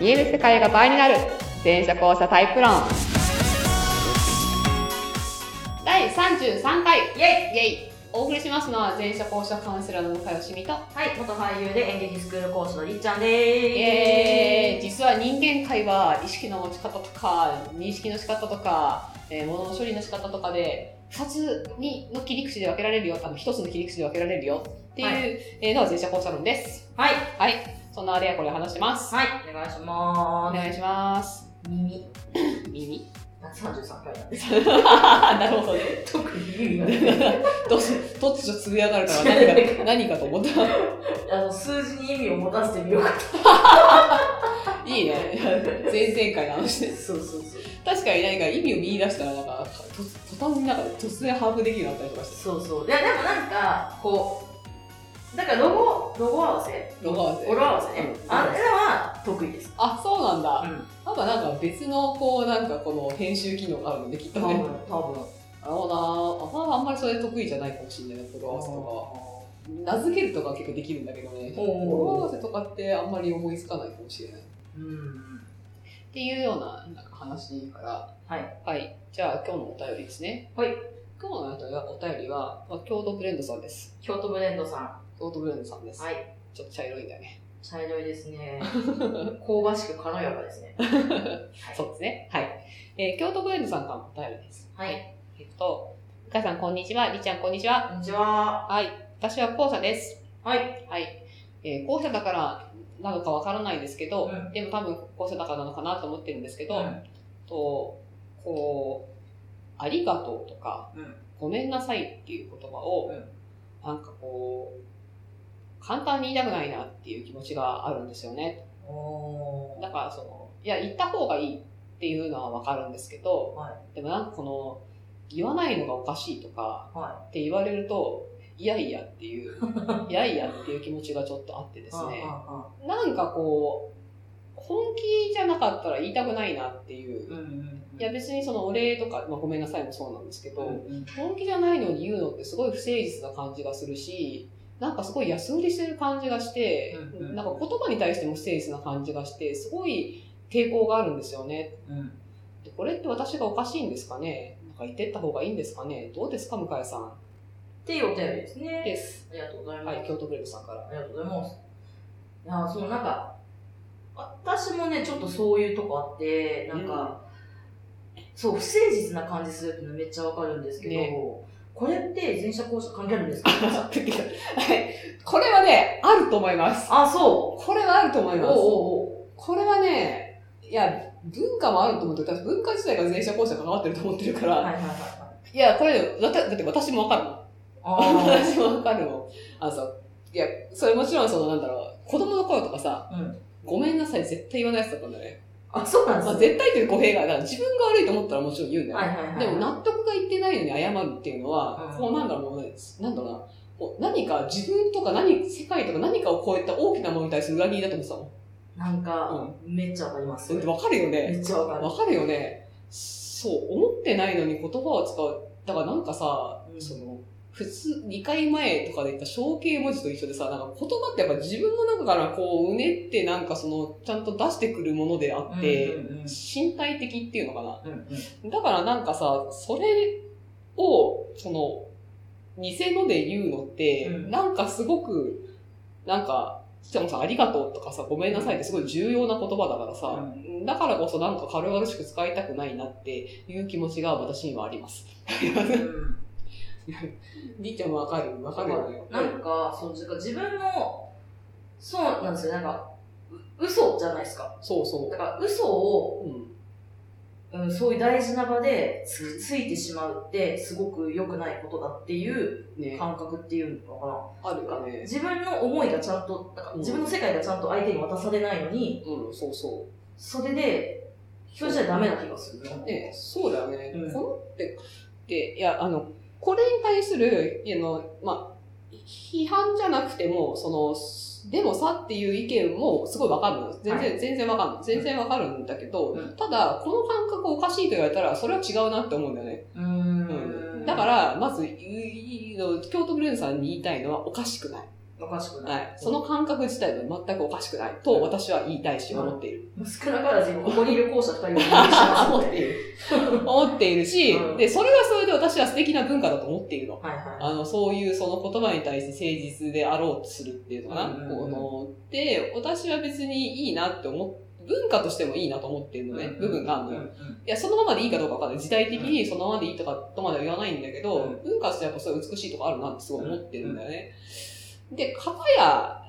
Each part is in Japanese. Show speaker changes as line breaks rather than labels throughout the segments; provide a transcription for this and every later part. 見える世界が倍になる全社交差タイプ論第33回
イェイ
イエイお送りしますのは全社交差カウンセラーの向井よしみと
はい、元俳優で演劇スクール講師のりっちゃんでーす。
イエーイ実は人間界は意識の持ち方とか認識の仕方とか、えー物の処理の仕方とかで2つにの切り口で分けられるよ多分1つの切り口で分けられるよっていう、
は
えーのが全社交差論です
はい、
はいそんなあれやこれ話してます、
はい、お願いしま
お願いします
す。耳、
耳
133回なんです。
なるほどね
特に意味がない。
どうす突如つぶやかれたら 何か何かと思った
あの、数字に意味を持たせてみようかと。
いいね前々回の話で
そうそうそう。
確かに何か意味を見出したらなんかと途端になんか突然把握できるようになったりとかして
そうそう。いや、でもなんか、こう、なんかロゴ、ロゴ合わせ
ロゴ合わせ
ロゴ合わせね。
うん
あれは得意です。
あそうなんだ、
ん。
なんかなんか別のこうなんかこの編集機能があるのできっと
多
ね
分、
な
多
るほどなあまああんまりそれ得意じゃないかもしれないな語呂合わせとかは名付けるとかは結構できるんだけどね
お
語
うおう
呂合わせとかってあんまり思いつかないかもしれないっ
分。うん。
ていうようななんか話から
はい。
はいじゃあ今日のお便りですね
はい
今日のお便りはお便りは、まあ、京都ブレンドさんです
京都ブレンドさ
京都ブレンドさんです、
ん。はい。
ちょっと茶色いんだ ね
茶色いです ね。香ばしく軽やかですね。
そうですねはい、えー京都ブレンドさんからのお便りです
はい。
えっと向井さんこんにちはりっちゃんこんにちは
こんにちは。
はい私は校舎です
はい。
はい。えー、校舎だからなのかわからないですけど、
うん
でも多分校舎だからなのかなと思ってるんですけど、
うん
と、こう、ありがとうとか、
うん
ごめんなさいっていう言葉を、
うん
なんかこう、簡単に言いたくないなっていう気持ちがあるんですよね。
お
だからその、いや、言った方がいいっていうのはわかるんですけど、
は
でもなんかこの、言わないのがおかしいとか
は
って言われると、いやいやって いう、いやいやっていう気持ちがちょっとあってですね。なんかこう、本気じゃなかったら言いたくないなっていう。
うんうんうん。
いや別にそのお礼とか、まあ、ごめんなさいもそうなんですけど、
うん
本気じゃないのに言うのってすごい不誠実な感じがするし、なんかすごい安売りしてる感じがして、
うんうん
なんか言葉に対しても不誠実な感じがして、すごい抵抗があるんですよね。
うん。
でこれって私がおかしいんですかねなんか言ってった方がいいんですかねどうですか向井さん。
っていうお便りですね。
です。
ありがとうございま
は
す。
い、京都ブレイブさんから。
ありがとうございます。いや、そのなんか、私もね、ちょっとそういうとこあって、なんか、そう、不誠実な感じするっていうのめっちゃわかるんですけど、
ね
これって前者後者関係あるんです か
はいこれはね、あると思います。
あ、そ
これはあると
う。
思います。
おうおう
これはね、いや、文化もあると思って、私文化自体が前者後者関わってると思ってるか
おう。は
ら、
いはいはいはい。
いや、これ、だってだって私もわかるもん。
あ
私もわかるもん。あのさ、いや、それもちろんその、なんだろう、子供の頃とかさ、
ーうん。
ごめんなさい、絶対言わないやつだったんだよね。
あ、そうなん
まあ、
ですね。
絶対という語弊が、だから自分が悪いと思ったらもちろん言うんだよ。
はいはいはい。
でも納得がいってないのに謝るっていうのは、
うん
こうなんだろうもうね、なんだろうな、こう何か自分とか何、世界とか何かを超えた大きなものに対する裏切りだと思ってた
なんか、
もん。うん。
めっちゃわかります。
それってわかるよね。
めっちゃわかる。
わかるよね。そう、思ってないのに言葉を使う。だからなんかさ、
うん
その、普通、2回前とかで言った象形文字と一緒でさ、なんか言葉ってやっぱ自分の中からこう、うねってなんかその、ちゃんと出してくるものであって、
うんうんうん
身体的っていうのか
うんうん
な。だからなんかさ、それを、その、偽ので言うのって、
うん
なんかすごく、なんか、しかもさ、ありがとうとかさ、ごめんなさいってすごい重要な言葉だからさ、だからこそなんか軽々しく使いたくないなっていう気持ちが私にはあります。
うん
りっちゃんもわかるわかるよね。
なんか、そう、なんか自分の、そうなんですよ、なんか、う嘘じゃないですか。
そうそ
だから、嘘を、
う。うん。
うん、そういう大事な場でつついてしまうって、すごく良くないことだっていう
ね。
感覚っていうのか
ある
な。な
か
んか
ね。
自分の思いがちゃんと、なんか
うん
自分の世界がちゃんと相手に渡されないのに、
うん、そうそ
それで、表示はダメな気がする。
う。ね、そうだよね。
うん
このって、で、いや、あの、これに対する、あの、まあ、批判じゃなくても、その、でもさっていう意見もすごいわかるの。全然、全然わかるの。全然わかるんだけど、
うん
ただ、この感覚おかしいと言われたら、それは違うなって思うんだよね。
う
うん
ん。
だか、ら、まず、いいの京都ブレンドさんに言いたいのは、おかしくない。
おかしくない。
はい。その感覚自体は全くおかしくないと私は言いたいし、思っている。
少なからず、ここにいる校舎二人を応援し ます
思
の
ってい
で。
る。 思っているし
う、ん
で、それはそれで私は素敵な文化だと思っているの。
はいは
あの、そういうその言葉に対して誠実であろうとするっていうのかな。
うんうんうん
この、で、私は別にいいなって思っ文化としてもいいなと思ってる
い。
のね、部分があるのよ。
うん
い
うん
や、そのままでいいかどうかわかんない。時代的にそのままでいいとかとまでは言わないんだけど、
うん
文化としてやっぱそういう美しいとこあるなってすごい思ってるんだよね。で、かたや、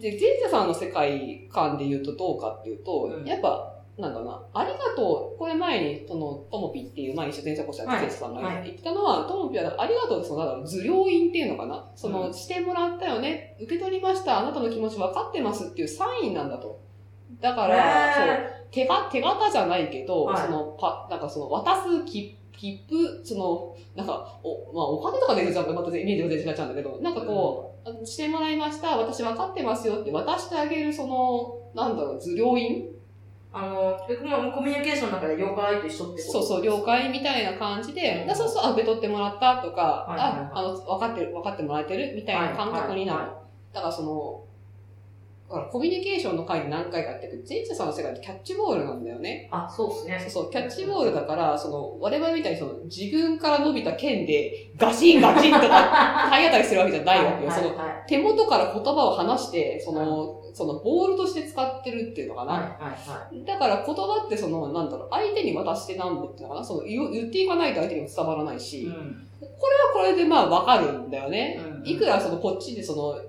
で、前者さんの世界観で言うとどうかっていうと、
うん
やっぱ、なんだろうな、ありがとう、これ前に、その、ともぴっていう、前に出演者講師の
はい
生徒さんが
はい
言ってたのは、ともぴは、ありがとうって、その、なんだろう、受領員っていうのかな、そうの、
ん
してもらったよね、受け取りました、あなたの気持ち分かってますっていうサインなんだと。だから、そう、手が、手形じゃないけど、
はい
その、パ、なんかその、渡す切切符、その、なんか、お、まあ、お金とかで言うとまたイメージが全然違っちゃうんだけど、なんかこう、あのしてもらいました、私分かってますよって渡してあげる、その、なんだろう、図領員
あの、でまあコミュニケーションの中で了解と一緒ってこと
そうそう、了解みたいな感じで、
うん
だそうそう、あ、受け取ってもらったとか、
いはいはい
あ、あの、分かってる、分かってもらえてるみたいな感覚になる。
はい
だからその、だからコミュニケーションの会に何回かやってるけど、前者さんの世界ってキャッチボールなんだよね。
あ、そうですね。
そうそう、キャッチボールだから、その、我々みたいにその、自分から伸びた剣で、ガシンガチンとか、 体当たりするわけじゃないわけよ。そ
はい
の、
はいはい
手元から言葉を話して、その、その、ボールとして使ってるっていうのか
はい
な。
はいはい。
だから言葉ってその、なんだろう、相手に渡してなんぼっていうのかな。その、言う言っていかないと相手にも伝わらないし、こ
ん。
れはこれでまあ、わかるんだよね。
うん
いくらその、こっちでその、う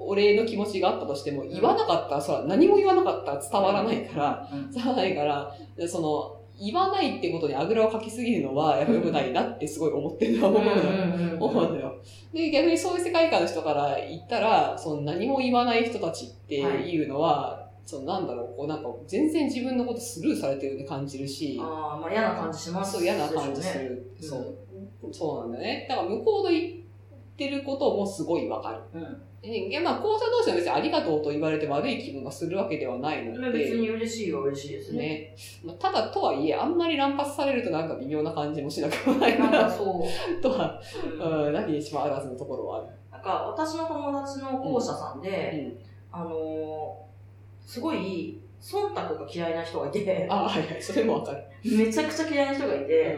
お礼の気持ちがあったとしても、言わなかったら、そら、何も言わなかったら伝わらないから、
うん
じゃないから、その、言わないってことにあぐらをかきすぎるのは、やっぱ良くないなってすごい思ってるのは
うん
思うのよ。
うんうん
思うのよ。で、逆にそういう世界観の人から言ったら、その何も言わない人たちっていうのは、そのなんだろう、こうなんか全然自分のことスルーされてるように感じるし、
ああ、まあ嫌な感じします
そう嫌な感じする。
でし
そ
ょうね
う、そうなんだよね。だから向こうの言ってることもすごいわかる。
うん。
で、まあ、校舎同士は別にありがとうと言われて悪い気分がするわけではないので、
別に嬉しいは嬉しいですね。
ね。まあ、ただとはいえ、あんまり乱発されるとなんか微妙な感じもしなくもない
なんか
な、
そう。
とは、
う ん
うん、何にしもあらずのところは
なんか私の友達の校舎さん
ある。
で、
うん。
あのーすごい忖度が嫌いな人がいて、
あ、はいはい、それもわかる。
めちゃくちゃ嫌いな人がいて、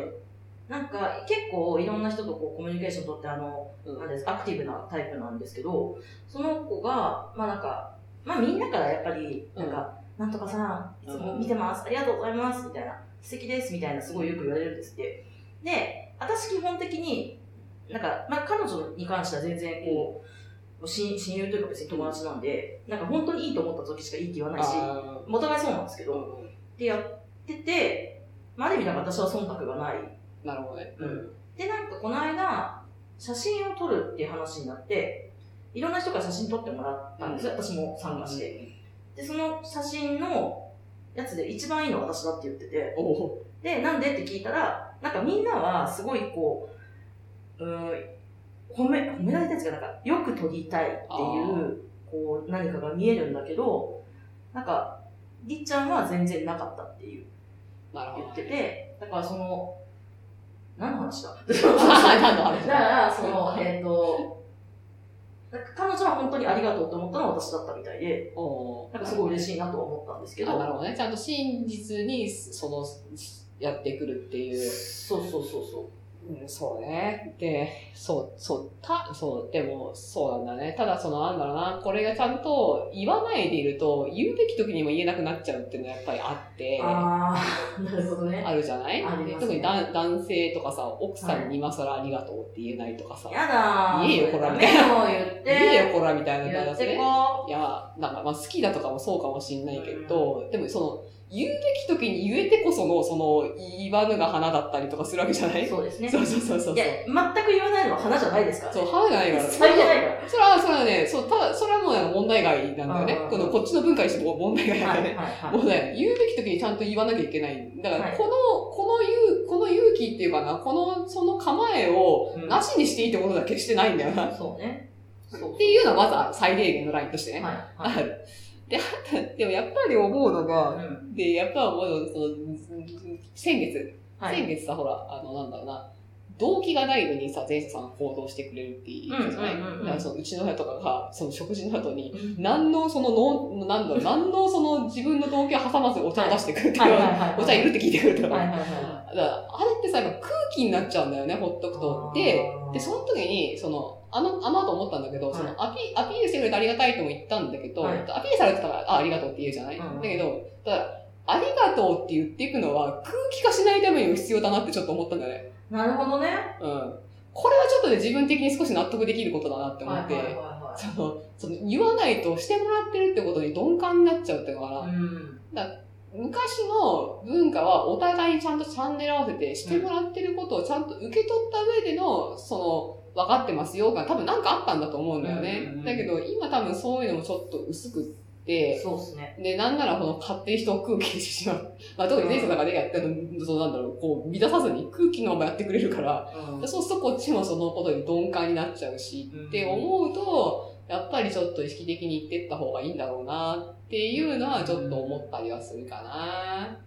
なんか結構いろんな人とこうコミュニケーション取ってあの、
うん。
なんですアクティブなタイプなんですけど、その子が、まあなんか、まあみんなからやっぱり、なんか、なんとかさん、いつも見てます、ありがとうございます、みたいな、素敵です、みたいなすごいよく言われるんですって。で、私基本的に、なんか、まあ彼女に関しては全然こう、親親友というか別に友達なんで、なんか本当にいいと思った時しかいいって言わないし、
あ
お互いそうなんですけど、でやってて、まあ、ある意味なんか私は忖度がない。
ーなるほどね。
うんで、なんかこの間、写真を撮るっていう話になって、いろんな人から写真撮ってもらったんですよ、私も参加して。で、その写真のやつで一番いいのは私だって言ってて、
おお
で、なんでって聞いたら、なんかみんなはすごいこう、うーん、褒め、褒められたやつがなんか、よく撮りたいっていう
あー、
こう、何かが見えるんだけど、なんか、りっちゃんは全然なかったっていう。
なるほ
言
ど
っ。てて、だからその、何の話 だ
何の話
だから、その、えっ、と、なんか彼女は本当にありがとうと思ったのは私だったみたいで、
おー
なんかすごい嬉しいなとは思ったんですけ
あなる
ど、
ほどね。ちゃんと真実に、その、やってくるっていう。
そうそうそうそ
うん、そうね。で、そう、そう、た、そう、でも、そうなんだね。ただ、その、なんだろうな、これがちゃんと言わないでいると、言うべき時にも言えなくなっちゃうっていうのはやっぱりあって
う。、ああ、なるほどね。
あるじゃない
ありますね
特に男男性とかさ、奥さんに今更ありがとうって言えないとかさ、
やだー。
言えよこら
ダメよ、言っ
い
て。
いよ、こら、みたいな
言
感
っ
じ
て
で。
こ
いや、なんか、まあ、好きだとかもそうかもしんないけど、でも、その、言うべき時に言えてこその、その、言わぬが花だったりとかするわけじゃな
う。
い
そうですね。
そうそうそうそう
いや、。全く言わないのは花じゃないですから、ね。
そう、花じゃないから。
伝えてないから。
それは、それはね、そう、ただ、それはもうなんか問題外なんだよね。
うん
この、こっちの文化にしても問題外なん
は
だ
い
よ
はい
ね。
はい。
もうね、言うべき時にちゃんと言わなきゃいけない。だから、
はい
この、この勇、この勇気っていうかな、この、その構えを、
うん
なしにしていいってことだけしてないんだよな。っ
そうね。そう
ていうのはまず最低限のラインとしてね。
はい
あ
はい。
る。で、あと、でもやっぱり思うの
う
が、
ん
で、やっぱ思うのが、その、先月、
はい
先月さ、ほら、あの、なんだろうな、動機がないのにさ、前者さんが行動してくれるっていいですよね
うんうんうんうん。
だからそのうちの親とかが、その食事の後に、
うん
何のそのの、なんだ ろう、何のその自分の動機を挟まずお茶を出してくるって
はい
い、
はいうはいはい。
お茶いるって聞いてくるとか
はい
ら。
はいは
だ
い。
からあれってさ、やっぱ空気になっちゃうんだよね、ほっとくと。で、
あー
で、その時に、その、あの、あの後思ったんだけど、
はい
そのアピ、アピールしてくれてありがたいとも言ったんだけど、
はい
アピールされてたら、あ、ありがとうって言うじゃない、
うん
だけど、ただ、ありがとうって言っていくのは空気化しないためにも必要だなってちょっと思ったんだよね。
なるほどね。
うん。これはちょっとね、自分的に少し納得できることだなって思って、
はいはいは
その、その、言わないとしてもらってるってことに鈍感になっちゃうっていうのかな。
いはい。うん。
昔の文化はお互いにちゃんとチャンネル合わせてしてもらってることをちゃんと受け取った上での、その、分かってますよが多分なんかあったんだと思うんだよね。
うんうんうん
だけど今多分そういうのもちょっと薄くって、
そうですね。
で、なんならこの勝手に人を空気にしてしまう。まあ特に前世の中でやってるの、そうなんだろう、こう乱さずに空気のままやってくれるから、
うん。
そうするとこっちもそのことに鈍感になっちゃうし、
うん
って思うと、やっぱりちょっと意識的に言ってった方がいいんだろうなっていうのはちょっと思ったりはするかな。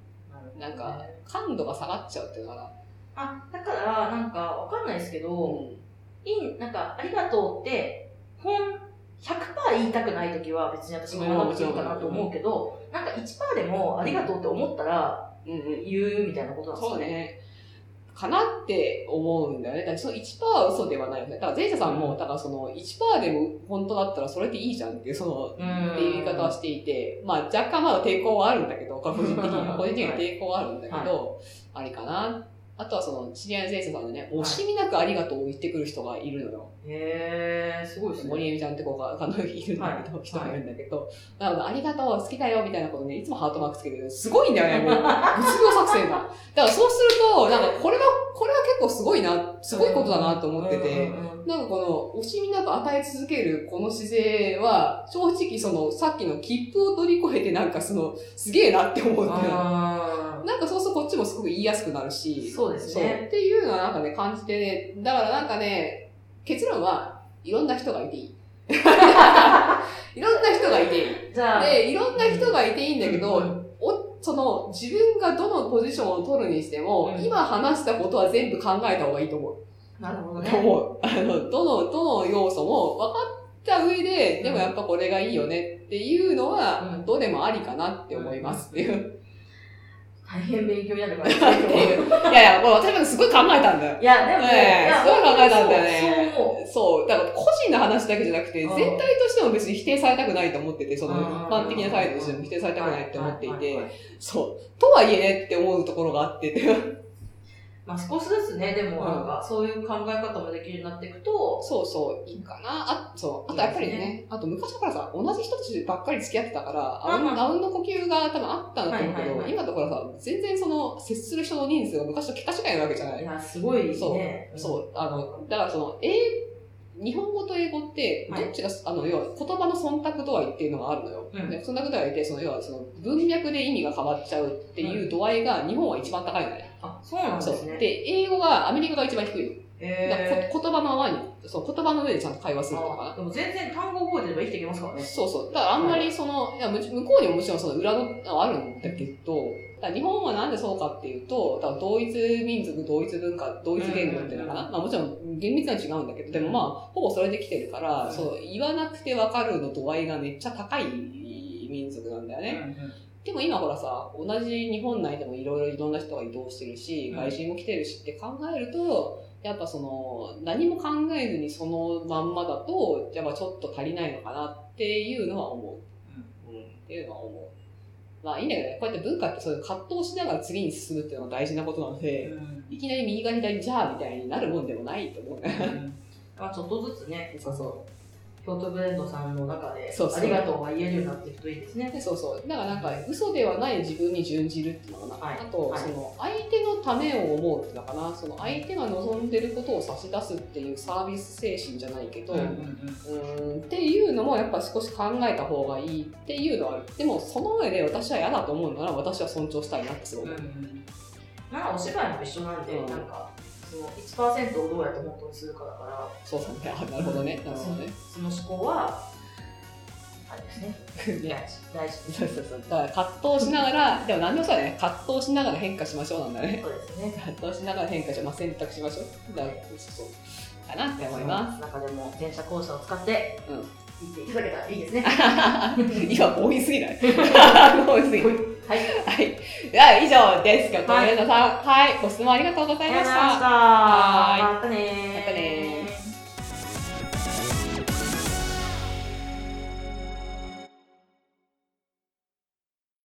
なんか、感度が下がっちゃうっていうのかな。
あ、だから、なんか、わかんないですけど、いい、なんか、ありがとうって、本、100%言いたくないときは別に私も言わなくていいかなと思うけど、なんか1%でもありがとうって思ったら
うんうん
言うみたいなことなんです
そ
か
う
ね。
ね。かなって思うんだよね。だからその1%は嘘ではないよね。だから前者さんも、だからその1%でも本当だったらそれでいいじゃんっていう、その
うん
っていう言い方をしていて、まあ若干まだ抵抗はあるんだけど、個人的に は、個人的には抵抗はあるんだけど、あれかな。あとはその、知り合いの先生さんでね、惜しみなくありがとうを言ってくる人がいるのよ。
へえー、すごいですね。
森江美ちゃんって子が、あの、いるんだけど、人がいるんだけど、なので、ありがとう、好きだよ、みたいなことね、いつもハートマークつけてる。すごいんだ よね、もう。物量作戦が。だからそうすると、なんか、これは、これは結構すごいな、すごいことだなと思ってて、
うんうんうん
なんかこの、惜しみなく与え続けるこの姿勢は、正直その、さっきの切符を乗り越えてなんかその、すげえなって思うっていうの
あ
なんかそうするとこっちもすごく言いやすくなる
ー
し、
そうですね。
っていうのはなんかね、感じてね、だからなんかね、結論はいろんな人がい ていい。いろんな人がいていい。
じゃあ、
で、いろんな人がいていいんだけど、
うん
おその、自分がどのポジションを取るにしても、
うん
今話したことは全部考えた方がいいと思う。
なるほど
と
ね。
思う。あの、どの、どの要素も分かった上で、でもやっぱこれがいいよねっていうの
う
は
ん、
どれもありかなって思いますっていう。
大変勉強になるから
って いう。いやいや、もう私もすごい考えたんだよ。
いや、でもね、
ねえ
いや
すごい考えたんだよね
そう思
そう。だから個人の話だけじゃなくて、
うん
全体としても別に否定されたくないと思ってて、その
うん
一般的な態度としても否定され
う。
たくないって思ってい
ははは
て、
は。
そう。とはいえねって思うところがあってっていう。
まあ少しずつね、でも
うん
なんか、そういう考え方もできるようになっていくと、
そうそう、いいかな。あ、そう。あとやっぱりね、
いいです
あと昔からさ、同じ人たちばっかり付き合ってたから、
う
あ
んうん
うん、あうんの呼吸が多分あったんだと思うけ
はいはい
ど、
はい
今ところさ、全然その、接する人の人数が昔と桁違いなわけじゃないい。
や、すごい
そう
ね。
そう。あの、だからその、英、日本語と英語って、
はい
どっちが、あの、要は言葉の忖度度合いっていうのがあるのよ。
うん
で忖度度合いって、その、要はその、文脈で意味が変わっちゃうっていう度合いが日本は一番高いのね。
あ、そうなんで
そ
す
う。
ね。
で、英語がアメリカが一番低いの。だから
へ
こ言葉の輪に、そう、言葉の上でちゃんと会話す
ー
るとか
あでも全然単語覚えてれば生きていけますから
な。
ね。
そうそう。だからあんまりその、いやむ向こうにももちろんその裏のあるんだけど、だから日本はなんでそうかっていうと、だから同一民族、同一文化、同一言語っていうのか
うんうん
な。
う
まあもちろん厳密には違うんだけど、でもまあ、ほぼそれで来てるから、
うん
そう、言わなくてわかるの度合いがめっちゃ高い民族なんだよね。でも今ほらさ、同じ日本内でもいろいろいろんな人が移動してるし、
うん
外人も来てるしって考えると、やっぱその、何も考えずにそのまんまだと、やっぱちょっと足りないのかなっていうのは思う。うん。っていうのは思う。まあいいんだけどね、こうやって文化ってそういう葛藤しながら次に進むっていうのが大事なことなの
うん
で、
うん
いきなり右が左じゃあみたいになるもんでもないと思うね。
うんまあちょっとずつね、
そうそう。
京都ブレンドさんの中で、
そうそう
ありがとうが言えるようになっていくといいですね。
でそうそうだからなんか嘘ではない自分に準じるっていうのかな、
はい
あと、
はい
その相手のためを思うっていうのかなその相手が望んでることを差し出すっていうサービス精神じゃないけど、う
うんうん
ん、っていうのもやっぱ少し考えた方がいいっていうのはあるでもその上で私は嫌だと思うなら私は尊重したいなってすご
うん
く
う
思
ん
う、
うんまあお芝居も一緒なんで、
うん
なんか、その1%をどうやって本当にするかだから、
そうそうねあなるほどねなるほどね
その思考は、あれですね。
ね。
大事
そうそうそう。だから葛藤しながら、でも何でもそうだね。葛藤しながら変化しましょうなんだね。
そうですね。
葛藤しながら変化しまあ、選択しましょう。だからそうそう。かなって思います。
す。中でも電車校舎を使って、
うん
行っていただけたらいいですね。
今、多いすぎない多いすぎる。
はい。
はい。では以上です。今日、小宮田さん、はい。ご質問ありがとうございました。
た。